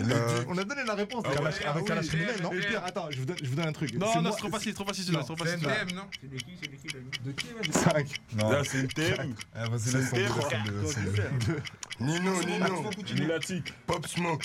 [SPEAKER 4] Euh, on a donné la réponse
[SPEAKER 6] Ah ouais,
[SPEAKER 4] avec un
[SPEAKER 10] oui,
[SPEAKER 4] Kalash criminel,
[SPEAKER 10] j'ai-
[SPEAKER 4] non
[SPEAKER 10] j'ai-
[SPEAKER 4] Et le pire, attends, je vous donne, je vous donne un truc.
[SPEAKER 2] Non, non, c'est trop facile, c'est trop facile celui-là. c'est trop facile, celui-là.
[SPEAKER 10] NDM, non
[SPEAKER 7] C'est des qui C'est des qui, là De qui, ouais
[SPEAKER 4] 5.
[SPEAKER 6] Là,
[SPEAKER 4] Non,
[SPEAKER 6] c'est le thème.
[SPEAKER 4] Ah, vas-y, laisse tomber, laisse tomber, laisse tomber.
[SPEAKER 6] Nino, Nino,
[SPEAKER 8] Lunatique.
[SPEAKER 6] Pop Smoke.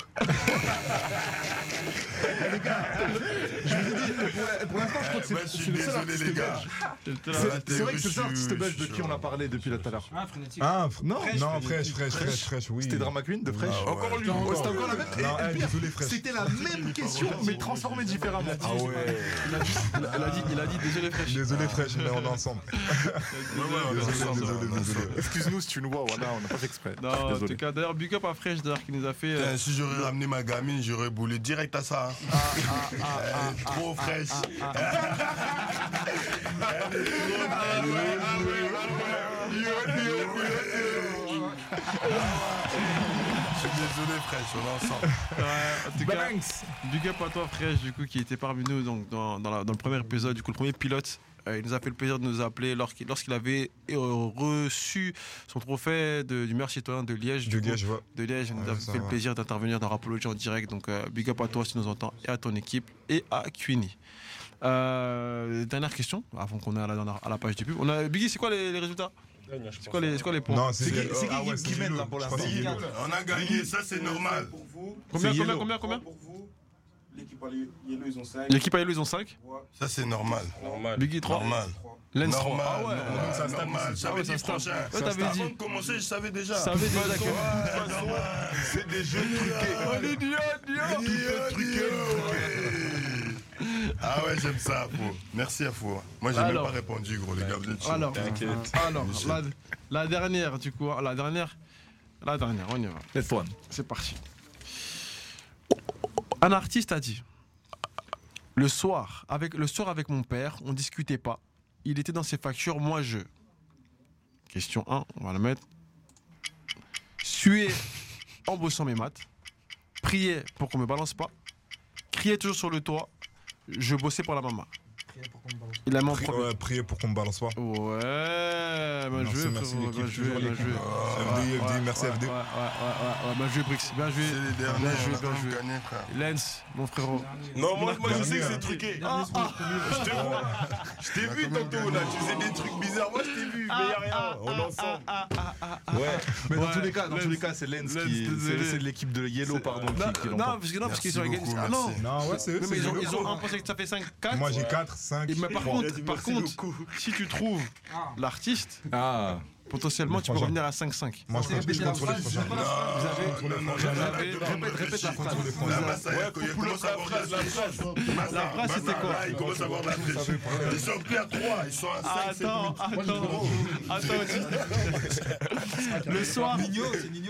[SPEAKER 4] Pour l'instant, je crois que
[SPEAKER 6] Bah,
[SPEAKER 4] c'est-
[SPEAKER 6] je
[SPEAKER 4] c'est
[SPEAKER 6] suis
[SPEAKER 4] le seul
[SPEAKER 6] désolé,
[SPEAKER 4] artiste
[SPEAKER 6] les
[SPEAKER 4] de
[SPEAKER 6] gars.
[SPEAKER 4] gage.
[SPEAKER 2] Celui-là.
[SPEAKER 6] la
[SPEAKER 4] C'est c'est vrai
[SPEAKER 6] théorie,
[SPEAKER 4] que c'est le seul
[SPEAKER 6] je suis-
[SPEAKER 4] artiste belge de
[SPEAKER 6] je
[SPEAKER 4] qui on a parlé depuis là tout à l'heure.
[SPEAKER 7] Ah, frénétique.
[SPEAKER 4] Ah, fr- non,
[SPEAKER 7] Fresh,
[SPEAKER 4] non,
[SPEAKER 7] Fresh,
[SPEAKER 4] fraîche, fraîche,
[SPEAKER 7] Fresh.
[SPEAKER 4] fraîche, fraîche, oui.
[SPEAKER 11] C'était Drama Queen
[SPEAKER 2] Ah
[SPEAKER 11] de Fresh.
[SPEAKER 6] Encore lui.
[SPEAKER 4] Oh,
[SPEAKER 6] encore.
[SPEAKER 4] C'était encore la même.
[SPEAKER 6] Non,
[SPEAKER 4] et- et
[SPEAKER 6] eh,
[SPEAKER 4] le pire,
[SPEAKER 6] désolé, fraîche.
[SPEAKER 4] C'était la même question, mais transformée différemment.
[SPEAKER 6] Ah ouais.
[SPEAKER 2] Il a dit- il a- il a dit, il a dit, désolé fraîche.
[SPEAKER 4] Désolé, fraîche, mais on est ensemble. Désolé,
[SPEAKER 2] Non,
[SPEAKER 4] désolé, désolé.
[SPEAKER 11] Excuse-nous si tu nous vois, voilà, on n'a pas fait exprès.
[SPEAKER 2] en
[SPEAKER 11] Désolé.
[SPEAKER 2] tout cas, d'ailleurs, Big Up à Fresh, d'ailleurs, qui nous a fait. euh,
[SPEAKER 6] Putain, si j'aurais ramené ma gamine, j'aurais boulé direct à ça. ah, Elle est trop fraîche. Elle est trop fraîche. Yo, yo, yo, yo. Je suis désolé, fraîche, on est ensemble.
[SPEAKER 2] ouais, en tout cas, Big Up à toi, Fresh, du coup, qui était parmi nous donc, dans, dans la- dans le premier épisode, du coup, le premier pilote. Euh, il nous a fait le plaisir de nous appeler lorsqu'il lorsqu'il avait euh, reçu son trophée de- du maire citoyen de Liège.
[SPEAKER 4] Du
[SPEAKER 2] coup.
[SPEAKER 4] gars, je vois.
[SPEAKER 2] de Liège. Il nous a
[SPEAKER 4] Ouais, ça
[SPEAKER 2] fait le
[SPEAKER 4] va.
[SPEAKER 2] plaisir d'intervenir dans Rapology en direct. Donc, euh, big up à toi si tu nous entends et à ton équipe et à Cuini. Euh, dernière question avant qu'on aille à la, dernière- à la page du pub. On a Biggie, c'est quoi les, les résultats C'est quoi les, c'est quoi les points
[SPEAKER 4] Non, c'est
[SPEAKER 9] qui-
[SPEAKER 4] euh,
[SPEAKER 9] c'est qui
[SPEAKER 4] ah
[SPEAKER 9] qui-
[SPEAKER 4] ouais,
[SPEAKER 9] qui
[SPEAKER 4] c'est
[SPEAKER 9] mène,
[SPEAKER 4] Gillo.
[SPEAKER 9] là, pour
[SPEAKER 4] Je
[SPEAKER 6] ah.
[SPEAKER 4] crois que c'est
[SPEAKER 7] l'instant
[SPEAKER 4] Gillo.
[SPEAKER 6] On a gagné, ça c'est normal.
[SPEAKER 10] Pour vous,
[SPEAKER 2] Combien,
[SPEAKER 11] c'est
[SPEAKER 2] combien,
[SPEAKER 11] Yellow.
[SPEAKER 2] combien, combien
[SPEAKER 10] pour vous, l'équipe Yellow, ils ont 5.
[SPEAKER 2] L'équipe à Yellow, ils ont 5.
[SPEAKER 6] Ça c'est normal.
[SPEAKER 8] Normal.
[SPEAKER 2] Biggie 3.
[SPEAKER 6] Normal.
[SPEAKER 2] Lens 3.
[SPEAKER 6] Normal.
[SPEAKER 2] Ah ouais.
[SPEAKER 6] normal,
[SPEAKER 4] ça se tape
[SPEAKER 6] normal.
[SPEAKER 2] Ah ouais,
[SPEAKER 6] J'avais
[SPEAKER 2] ça
[SPEAKER 6] dit
[SPEAKER 2] se tape.
[SPEAKER 6] prochain.
[SPEAKER 2] Ouais, t'avais
[SPEAKER 6] Avant
[SPEAKER 2] dit.
[SPEAKER 6] de commencer, je savais déjà.
[SPEAKER 2] Ça avait déjà que.
[SPEAKER 6] Ouais, normal. C'est des jeux truqués.
[SPEAKER 2] On est dur, dur.
[SPEAKER 6] Tout est truqué. Ah ouais, j'aime ça, Fou. Merci à Fou. Moi, j'ai même
[SPEAKER 2] Bah Alors. Bah
[SPEAKER 6] pas répondu, gros, les gars. Vous êtes chauds.
[SPEAKER 2] Alors,
[SPEAKER 8] T'inquiète.
[SPEAKER 2] alors Ah, la, la dernière, du coup, hein. la dernière. La dernière, on y va.
[SPEAKER 11] Let's one.
[SPEAKER 2] C'est parti. Un artiste a dit le soir avec le soir avec mon père, on discutait pas. Il était dans ses factures, moi je. Question 1, on va la mettre. Suer en bossant mes maths. Prier pour qu'on me balance pas. Crier toujours sur le toit. Je bossais pour la maman.
[SPEAKER 7] Prière pour qu'on me balance.
[SPEAKER 2] Il a mis en
[SPEAKER 4] Pri-
[SPEAKER 2] premier.
[SPEAKER 4] ouais, prier pour qu'on me balance pas.
[SPEAKER 2] Ouais, bien
[SPEAKER 4] Merci,
[SPEAKER 2] joué,
[SPEAKER 4] merci,
[SPEAKER 2] frérot,
[SPEAKER 4] l'équipe,
[SPEAKER 2] bien joué,
[SPEAKER 4] toujours
[SPEAKER 2] bien
[SPEAKER 4] l'équipe.
[SPEAKER 2] joué.
[SPEAKER 4] Ah, FDI, FDI, merci,
[SPEAKER 2] bah, ouais,
[SPEAKER 4] FDI.
[SPEAKER 2] Ouais, ouais, ouais, ouais, ouais, bien joué, Brix, bien joué.
[SPEAKER 6] C'est les derniers.
[SPEAKER 2] Bien joué,
[SPEAKER 6] on a
[SPEAKER 2] bien
[SPEAKER 6] quand même
[SPEAKER 2] joué.
[SPEAKER 6] gagné, frère.
[SPEAKER 2] Lens, mon frérot.
[SPEAKER 6] Non, moi, moi, je sais que
[SPEAKER 4] Dernier,
[SPEAKER 6] c'est
[SPEAKER 4] hein.
[SPEAKER 6] truqué.
[SPEAKER 7] Ah, ah,
[SPEAKER 6] Je te vois. Je t'ai vu tantôt, là. Tu faisais des trucs bizarres. Moi, je t'ai vu,
[SPEAKER 2] Ah.
[SPEAKER 6] mais y a
[SPEAKER 4] Ah,
[SPEAKER 6] rien. On est ensemble.
[SPEAKER 11] Ouais. Mais dans
[SPEAKER 2] Ouais.
[SPEAKER 11] tous les cas, dans
[SPEAKER 2] Lens.
[SPEAKER 11] tous les cas, c'est Lens
[SPEAKER 2] Lens,
[SPEAKER 11] qui,
[SPEAKER 2] désolé.
[SPEAKER 11] c'est c'est l'équipe de Yellow, pardon,
[SPEAKER 2] Non,
[SPEAKER 11] qui, qui
[SPEAKER 2] non,
[SPEAKER 11] l'emporte.
[SPEAKER 2] parce que non, parce
[SPEAKER 6] Merci
[SPEAKER 2] qu'ils sont
[SPEAKER 6] beaucoup,
[SPEAKER 2] égalisés. Ah non,
[SPEAKER 6] merci.
[SPEAKER 4] Non, ouais, c'est eux.
[SPEAKER 2] Oui, mais
[SPEAKER 4] c'est
[SPEAKER 2] ils ont,
[SPEAKER 4] Gillo.
[SPEAKER 2] ils ont un point, c'est que ça fait 5, 4.
[SPEAKER 4] Moi, j'ai 4, 5.
[SPEAKER 2] Et mais par contre, par contre, si tu trouves
[SPEAKER 7] ah.
[SPEAKER 2] l'artiste,
[SPEAKER 11] Ah,
[SPEAKER 2] potentiellement,
[SPEAKER 4] Le
[SPEAKER 2] tu peux
[SPEAKER 4] prochain.
[SPEAKER 2] revenir à 5-5.
[SPEAKER 4] Moi, je
[SPEAKER 7] C'est
[SPEAKER 4] compte- je compte
[SPEAKER 7] la
[SPEAKER 4] sur les
[SPEAKER 7] phrase, c'est
[SPEAKER 4] prochains.
[SPEAKER 7] pas la phrase.
[SPEAKER 2] Vous avez.
[SPEAKER 6] Non, non, non,
[SPEAKER 2] vous
[SPEAKER 6] non,
[SPEAKER 2] avez- Répète, répète la phrase. Vous
[SPEAKER 6] Là,
[SPEAKER 2] avez-
[SPEAKER 6] Massa, il commence à avoir de la flèche. Massa,
[SPEAKER 2] La phrase, c'était
[SPEAKER 6] Massa,
[SPEAKER 2] quoi
[SPEAKER 6] là, Il commence à avoir de la flèche. Ils sont plus à 3, ils sont à 5, c'est
[SPEAKER 2] Attends, attends, attends. Le soir,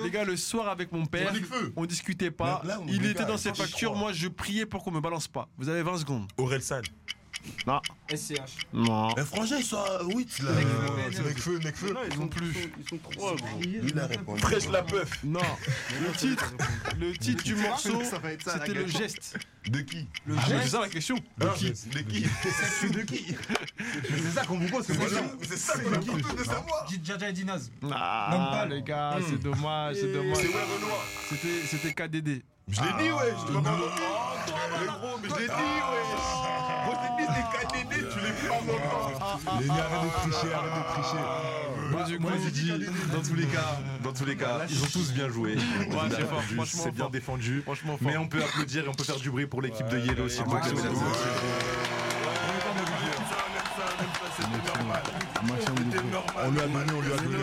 [SPEAKER 2] les gars, le soir avec mon père, on discutait pas.
[SPEAKER 6] Là, là, on
[SPEAKER 2] Il
[SPEAKER 6] oublie
[SPEAKER 2] était
[SPEAKER 6] pas,
[SPEAKER 2] dans
[SPEAKER 6] il
[SPEAKER 2] ses
[SPEAKER 6] faut que je
[SPEAKER 2] factures.
[SPEAKER 6] croie.
[SPEAKER 2] Moi, je priais pour qu'on me balance pas. Vous avez 20 secondes.
[SPEAKER 6] Aurel San.
[SPEAKER 2] Non.
[SPEAKER 7] SCH.
[SPEAKER 2] Non.
[SPEAKER 6] Eh, frangin, ils sont à 8 là.
[SPEAKER 7] Necfeu, Necfeu.
[SPEAKER 6] Necfeu, Necfeu.
[SPEAKER 7] Non, ils sont plus. Ils sont trois, gros.
[SPEAKER 6] Il a répondu.
[SPEAKER 8] Prêche la peuf.
[SPEAKER 2] Non. Le titre, le titre du morceau, c'était le geste.
[SPEAKER 6] De qui Ah,
[SPEAKER 2] Le geste. C'est ça la question.
[SPEAKER 6] De qui De qui
[SPEAKER 9] C'est de qui C'est ça qu'on vous pose. c'est
[SPEAKER 6] Voilà,
[SPEAKER 9] de qui
[SPEAKER 6] C'est ça qu'on a besoin de savoir.
[SPEAKER 7] Jaja et Dinaz.
[SPEAKER 2] Ah, les gars, c'est dommage, c'est dommage.
[SPEAKER 6] Hmm. C'est ouais Renoir. Ah,
[SPEAKER 2] C'était, c'était KDD.
[SPEAKER 6] Je l'ai dit, ouais. Je l'ai dit. Mais gros, mais je l'ai dit, ouais. Moi, je t'ai dit, c'est KDD, tu l'es pas encore.
[SPEAKER 8] Les gars, arrête de tricher, arrête de tricher.
[SPEAKER 2] Moi, du coup,
[SPEAKER 4] Moi, j'ai dit, dans tous les cas, dans tous les cas, ils ont tous bien joué.
[SPEAKER 2] Ouais, c'est
[SPEAKER 4] Ils ont
[SPEAKER 2] fort,
[SPEAKER 4] bien
[SPEAKER 2] franchement,
[SPEAKER 4] C'est bien
[SPEAKER 2] fort.
[SPEAKER 4] défendu.
[SPEAKER 2] franchement, fort.
[SPEAKER 4] Mais on peut applaudir et on peut faire du bruit pour l'équipe de Yellow, s'il vous plaît.
[SPEAKER 2] Maxime,
[SPEAKER 4] mesdames et
[SPEAKER 2] ouais.
[SPEAKER 4] messieurs.
[SPEAKER 6] C'était normal. C'était normal.
[SPEAKER 8] On lui a donné,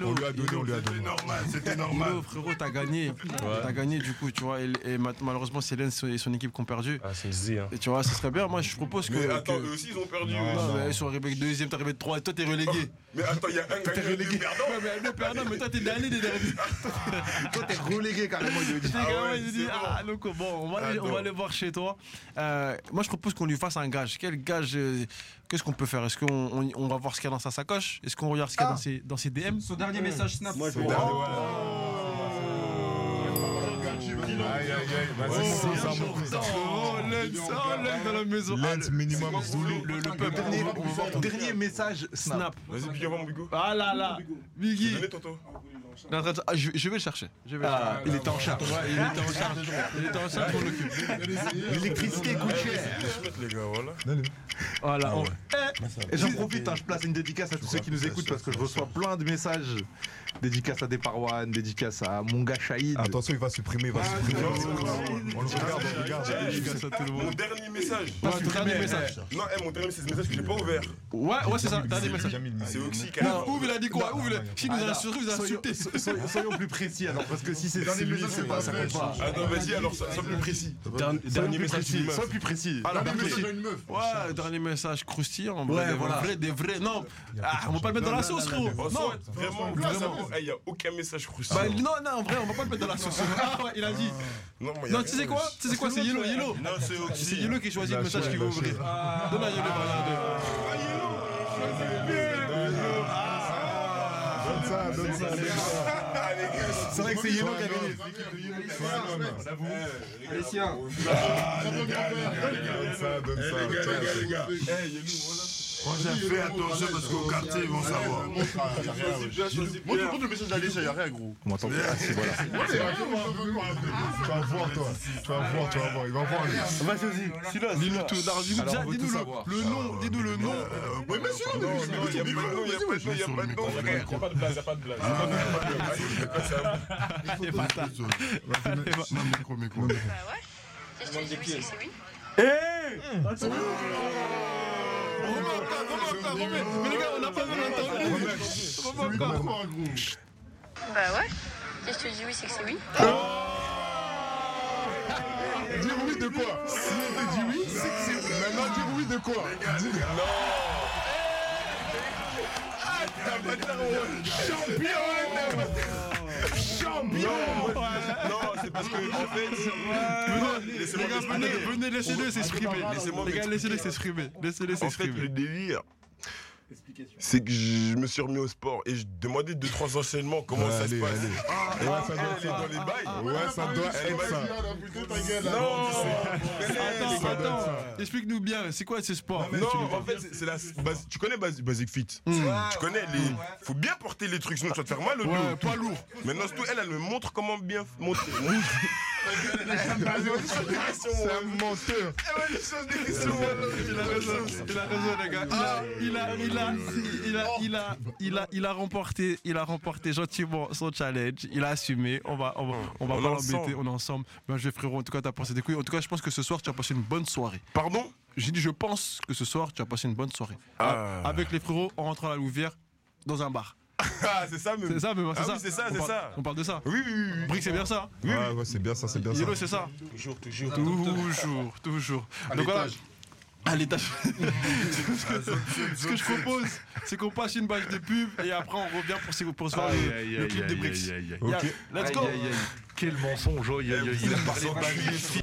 [SPEAKER 8] on lui a donné. On lui
[SPEAKER 6] C'était normal.
[SPEAKER 8] a donné, on lui a donné.
[SPEAKER 6] C'était normal. C'était normal.
[SPEAKER 2] Hello, frérot, t'as gagné. T'as gagné, du coup, tu vois. Et, et ma- malheureusement, c'est Lens et son équipe qui ont perdu.
[SPEAKER 8] Ah, c'est Z, hein.
[SPEAKER 2] Et tu vois, ce serait bien. Moi, je propose que.
[SPEAKER 6] Mais attends,
[SPEAKER 2] que-
[SPEAKER 6] eux aussi, ils ont perdu.
[SPEAKER 8] Non,
[SPEAKER 6] eux.
[SPEAKER 2] Non, mais ils sont arrivés deuxième, t'es arrivé de trois, et toi, t'es relégué.
[SPEAKER 6] Mais attends, il y a un gagnant, deux perdants.
[SPEAKER 2] Ouais, mais le perdant, mais toi, t'es dernier des derniers.
[SPEAKER 9] Toi, t'es relégué carrément, il le dit.
[SPEAKER 2] J'ai carrément,
[SPEAKER 6] ouais,
[SPEAKER 2] il
[SPEAKER 6] c'est
[SPEAKER 2] dit,
[SPEAKER 6] bon.
[SPEAKER 2] ah, loco, bon, on va, aller, on
[SPEAKER 6] Attends.
[SPEAKER 2] va aller voir chez toi. Euh, moi, je propose qu'on lui fasse un gage. Quel gage euh, Qu'est-ce qu'on peut faire Est-ce qu'on on, on va voir ce qu'il y a dans sa sacoche Est-ce qu'on regarde ce qu'il y a dans, ses, dans ses DM
[SPEAKER 7] Son dernier message Snap.
[SPEAKER 10] Moi, je vais
[SPEAKER 7] Oh.
[SPEAKER 10] garder,
[SPEAKER 8] Aïe, aïe, aïe.
[SPEAKER 6] Oh,
[SPEAKER 8] Vas-y, c'est
[SPEAKER 6] bien
[SPEAKER 8] ça,
[SPEAKER 6] joué.
[SPEAKER 8] mon
[SPEAKER 2] Oh, Lens, oh, Lens dans la maison. Ah,
[SPEAKER 8] Lens minimum
[SPEAKER 2] le-
[SPEAKER 8] boulot.
[SPEAKER 2] le, le peuple,
[SPEAKER 4] Dernier-
[SPEAKER 2] on va voir ton
[SPEAKER 4] Dernier message, Snap.
[SPEAKER 2] snap.
[SPEAKER 6] Vas-y, pique, envoie mon bigot.
[SPEAKER 2] Ah là là, Biggie.
[SPEAKER 6] Donnez, tonton.
[SPEAKER 2] Il est en train de- ah, je, je vais le chercher. Je vais le chercher.
[SPEAKER 4] Ah, Il était en charge.
[SPEAKER 2] Ouais, il était en charge. Il était en charge, on l'occupe.
[SPEAKER 9] L'électricité coûte cher.
[SPEAKER 6] Les gars, voilà.
[SPEAKER 2] Voilà, on-
[SPEAKER 4] Et j'en profite, hein, je place une dédicace à tous ceux qui nous écoutent parce que je reçois plein de messages. Dédicace à Desparwan, dédicace à mon gars Shahid.
[SPEAKER 8] Ah, Attention, il va supprimer, il va supprimer. On le regarde, on le regarde.
[SPEAKER 2] dédicace à tout le
[SPEAKER 6] Mon
[SPEAKER 2] monde.
[SPEAKER 6] dernier message.
[SPEAKER 2] Ouais, dernier message.
[SPEAKER 6] Non, eh, mon dernier, c'est ce message que j'ai pas ouvert.
[SPEAKER 2] Ouais, ouais, c'est ça, dernier message.
[SPEAKER 6] C'est Oxy,
[SPEAKER 2] Non,
[SPEAKER 6] carrément.
[SPEAKER 2] ouvre, il a dit quoi Ouvre, il a- si il nous a insulté, il nous a insulté.
[SPEAKER 4] So- soyons, soyons plus précis alors parce que si c'est si lui, c'est pas ça compte pas.
[SPEAKER 6] Attends, vas-y, alors, sois sois plus précis. Ah,
[SPEAKER 4] Dernier message, sois plus précis.
[SPEAKER 2] Alors,
[SPEAKER 4] Dernier
[SPEAKER 2] merci.
[SPEAKER 4] message.
[SPEAKER 2] Ouais, dernier message croustillant. en vrai, des vrais, des vrais. Non, ah, on va pas le mettre dans la sauce, frérot.
[SPEAKER 6] Oh,
[SPEAKER 2] Non,
[SPEAKER 6] soit, Vraiment, vraiment. Il n'y a aucun message
[SPEAKER 2] Bah,
[SPEAKER 6] crucial.
[SPEAKER 2] il- non, non, en vrai, on va pas le mettre dans la sauce. Ah, ouais, il a dit.
[SPEAKER 6] Non, moi, y a
[SPEAKER 2] Non, tu sais
[SPEAKER 6] rien.
[SPEAKER 2] quoi Tu sais quoi C'est Yellow, Yellow.
[SPEAKER 6] Non, c'est
[SPEAKER 2] C'est
[SPEAKER 6] Oxy.
[SPEAKER 2] Yellow qui choisit le message qu'il veut ouvrir. Donne à Yellow, voilà,
[SPEAKER 8] Donne ça, donne ça, les gars.
[SPEAKER 6] Ah,
[SPEAKER 4] C'est vrai que c'est Yellow qui a gagné.
[SPEAKER 7] Alessia.
[SPEAKER 8] Donne ça, donne ça.
[SPEAKER 6] Les gars, les gars, les gars. Eh, Yellow, voilà. Fais attention parce qu'au quartier, ils vont savoir.
[SPEAKER 11] Moi, tu comptes le message d'aller, ça y a rien, gros.
[SPEAKER 4] On m'entend bien. Ah, si, voilà.
[SPEAKER 8] Tu vas voir, toi. Tu vas voir, tu vas voir. Il va voir, lui.
[SPEAKER 4] Vas-y, vas-y.
[SPEAKER 2] voilà. Dis-nous tout. Alors, dis-nous
[SPEAKER 4] Alors,
[SPEAKER 2] déjà,
[SPEAKER 4] on veut
[SPEAKER 2] dis-nous
[SPEAKER 4] tout
[SPEAKER 2] le-
[SPEAKER 4] savoir.
[SPEAKER 2] le nom. Dis-nous le nom.
[SPEAKER 6] Ah, Mais monsieur, non, non, il n'y a pas de nom, il n'y a pas de nom, il n'y a pas de nom, frère.
[SPEAKER 8] Il n'y a pas de blague, il n'y a pas de blague.
[SPEAKER 2] Et basta. Remets encore, remets encore, remets. Mais les gars, on n'a pas même entendu. Remets encore.
[SPEAKER 12] Bah ouais. Si je te dis oui, c'est que c'est oui.
[SPEAKER 8] Dire oui de quoi Si on te dit oui, c'est que c'est oui. Maintenant, dire oui de quoi
[SPEAKER 6] Non, c'est parce que, en fait,
[SPEAKER 2] Venez,
[SPEAKER 6] Laissez-moi
[SPEAKER 2] les gars, venez,
[SPEAKER 6] m'exprimer.
[SPEAKER 2] venez, laissez-les s'exprimer.
[SPEAKER 6] Laissez-moi
[SPEAKER 2] Les gars,
[SPEAKER 6] m'exprimer.
[SPEAKER 2] laissez-les s'exprimer. Laissez-les
[SPEAKER 6] en fait, le
[SPEAKER 2] s'exprimer.
[SPEAKER 6] délire, c'est que je me suis remis au sport et je demandais deux, trois enchaînements, comment ça se
[SPEAKER 8] Allez,
[SPEAKER 6] passe.
[SPEAKER 8] allez.
[SPEAKER 6] Et là, ça doit être dans les bails.
[SPEAKER 8] Ouais, ça doit être ça.
[SPEAKER 2] Attends,
[SPEAKER 8] Ça donne
[SPEAKER 2] attends,
[SPEAKER 8] ça.
[SPEAKER 2] explique-nous bien, c'est quoi ce sport
[SPEAKER 6] Non, ah, en fait, c'est c'est la. bas- Tu connais Bas- Basic Fit
[SPEAKER 2] Hmm.
[SPEAKER 6] Tu connais les. Faut bien porter les trucs, sinon tu vas te faire mal au dos.
[SPEAKER 2] Ouais, poids lourd.
[SPEAKER 6] Maintenant, surtout, elle, elle me montre comment bien monter. C'est un menteur. Elle me change des questions.
[SPEAKER 2] Il a raison, il a raison les gars. Ah, il a, il a, il a, il a,
[SPEAKER 6] Oh.
[SPEAKER 2] il a, il a remporté, il a remporté gentiment son challenge. Il a assumé. On va, on va, on va
[SPEAKER 6] On est
[SPEAKER 2] pas
[SPEAKER 6] ensemble.
[SPEAKER 2] l'embêter. On est ensemble. Ben, je vais frérot. En tout cas, t'as passé des couilles. En tout cas, je pense que ce soir, tu as passé une bonne soirée.
[SPEAKER 6] Pardon
[SPEAKER 2] J'ai dit, je pense que ce soir, tu as passé une bonne soirée.
[SPEAKER 6] Ah.
[SPEAKER 2] Avec les frérots, on rentre à la Louvière dans un bar.
[SPEAKER 6] Ah, c'est ça,
[SPEAKER 2] C'est
[SPEAKER 6] même.
[SPEAKER 2] ça, mais
[SPEAKER 6] Ah
[SPEAKER 2] c'est ça.
[SPEAKER 6] oui, c'est ça,
[SPEAKER 2] On
[SPEAKER 6] c'est
[SPEAKER 2] parle-
[SPEAKER 6] ça.
[SPEAKER 2] On parle de ça.
[SPEAKER 6] Oui, oui, oui, oui.
[SPEAKER 2] Brick, c'est bien ça.
[SPEAKER 8] Ouais, ouais, c'est bien ça, c'est bien ça.
[SPEAKER 2] Yellow, c'est ça.
[SPEAKER 6] Toujours, toujours.
[SPEAKER 2] Toujours, toujours. Donc voilà. À l'étage. Ce que je propose, c'est qu'on passe une page de pub et après on revient pour, se- pour se faire le, le clip de Bricks. Yeah, Let's go.
[SPEAKER 3] Aïe, aïe, aïe. Quel mensonge. aïe, aïe, aïe. Il a parlé de Basic Fit.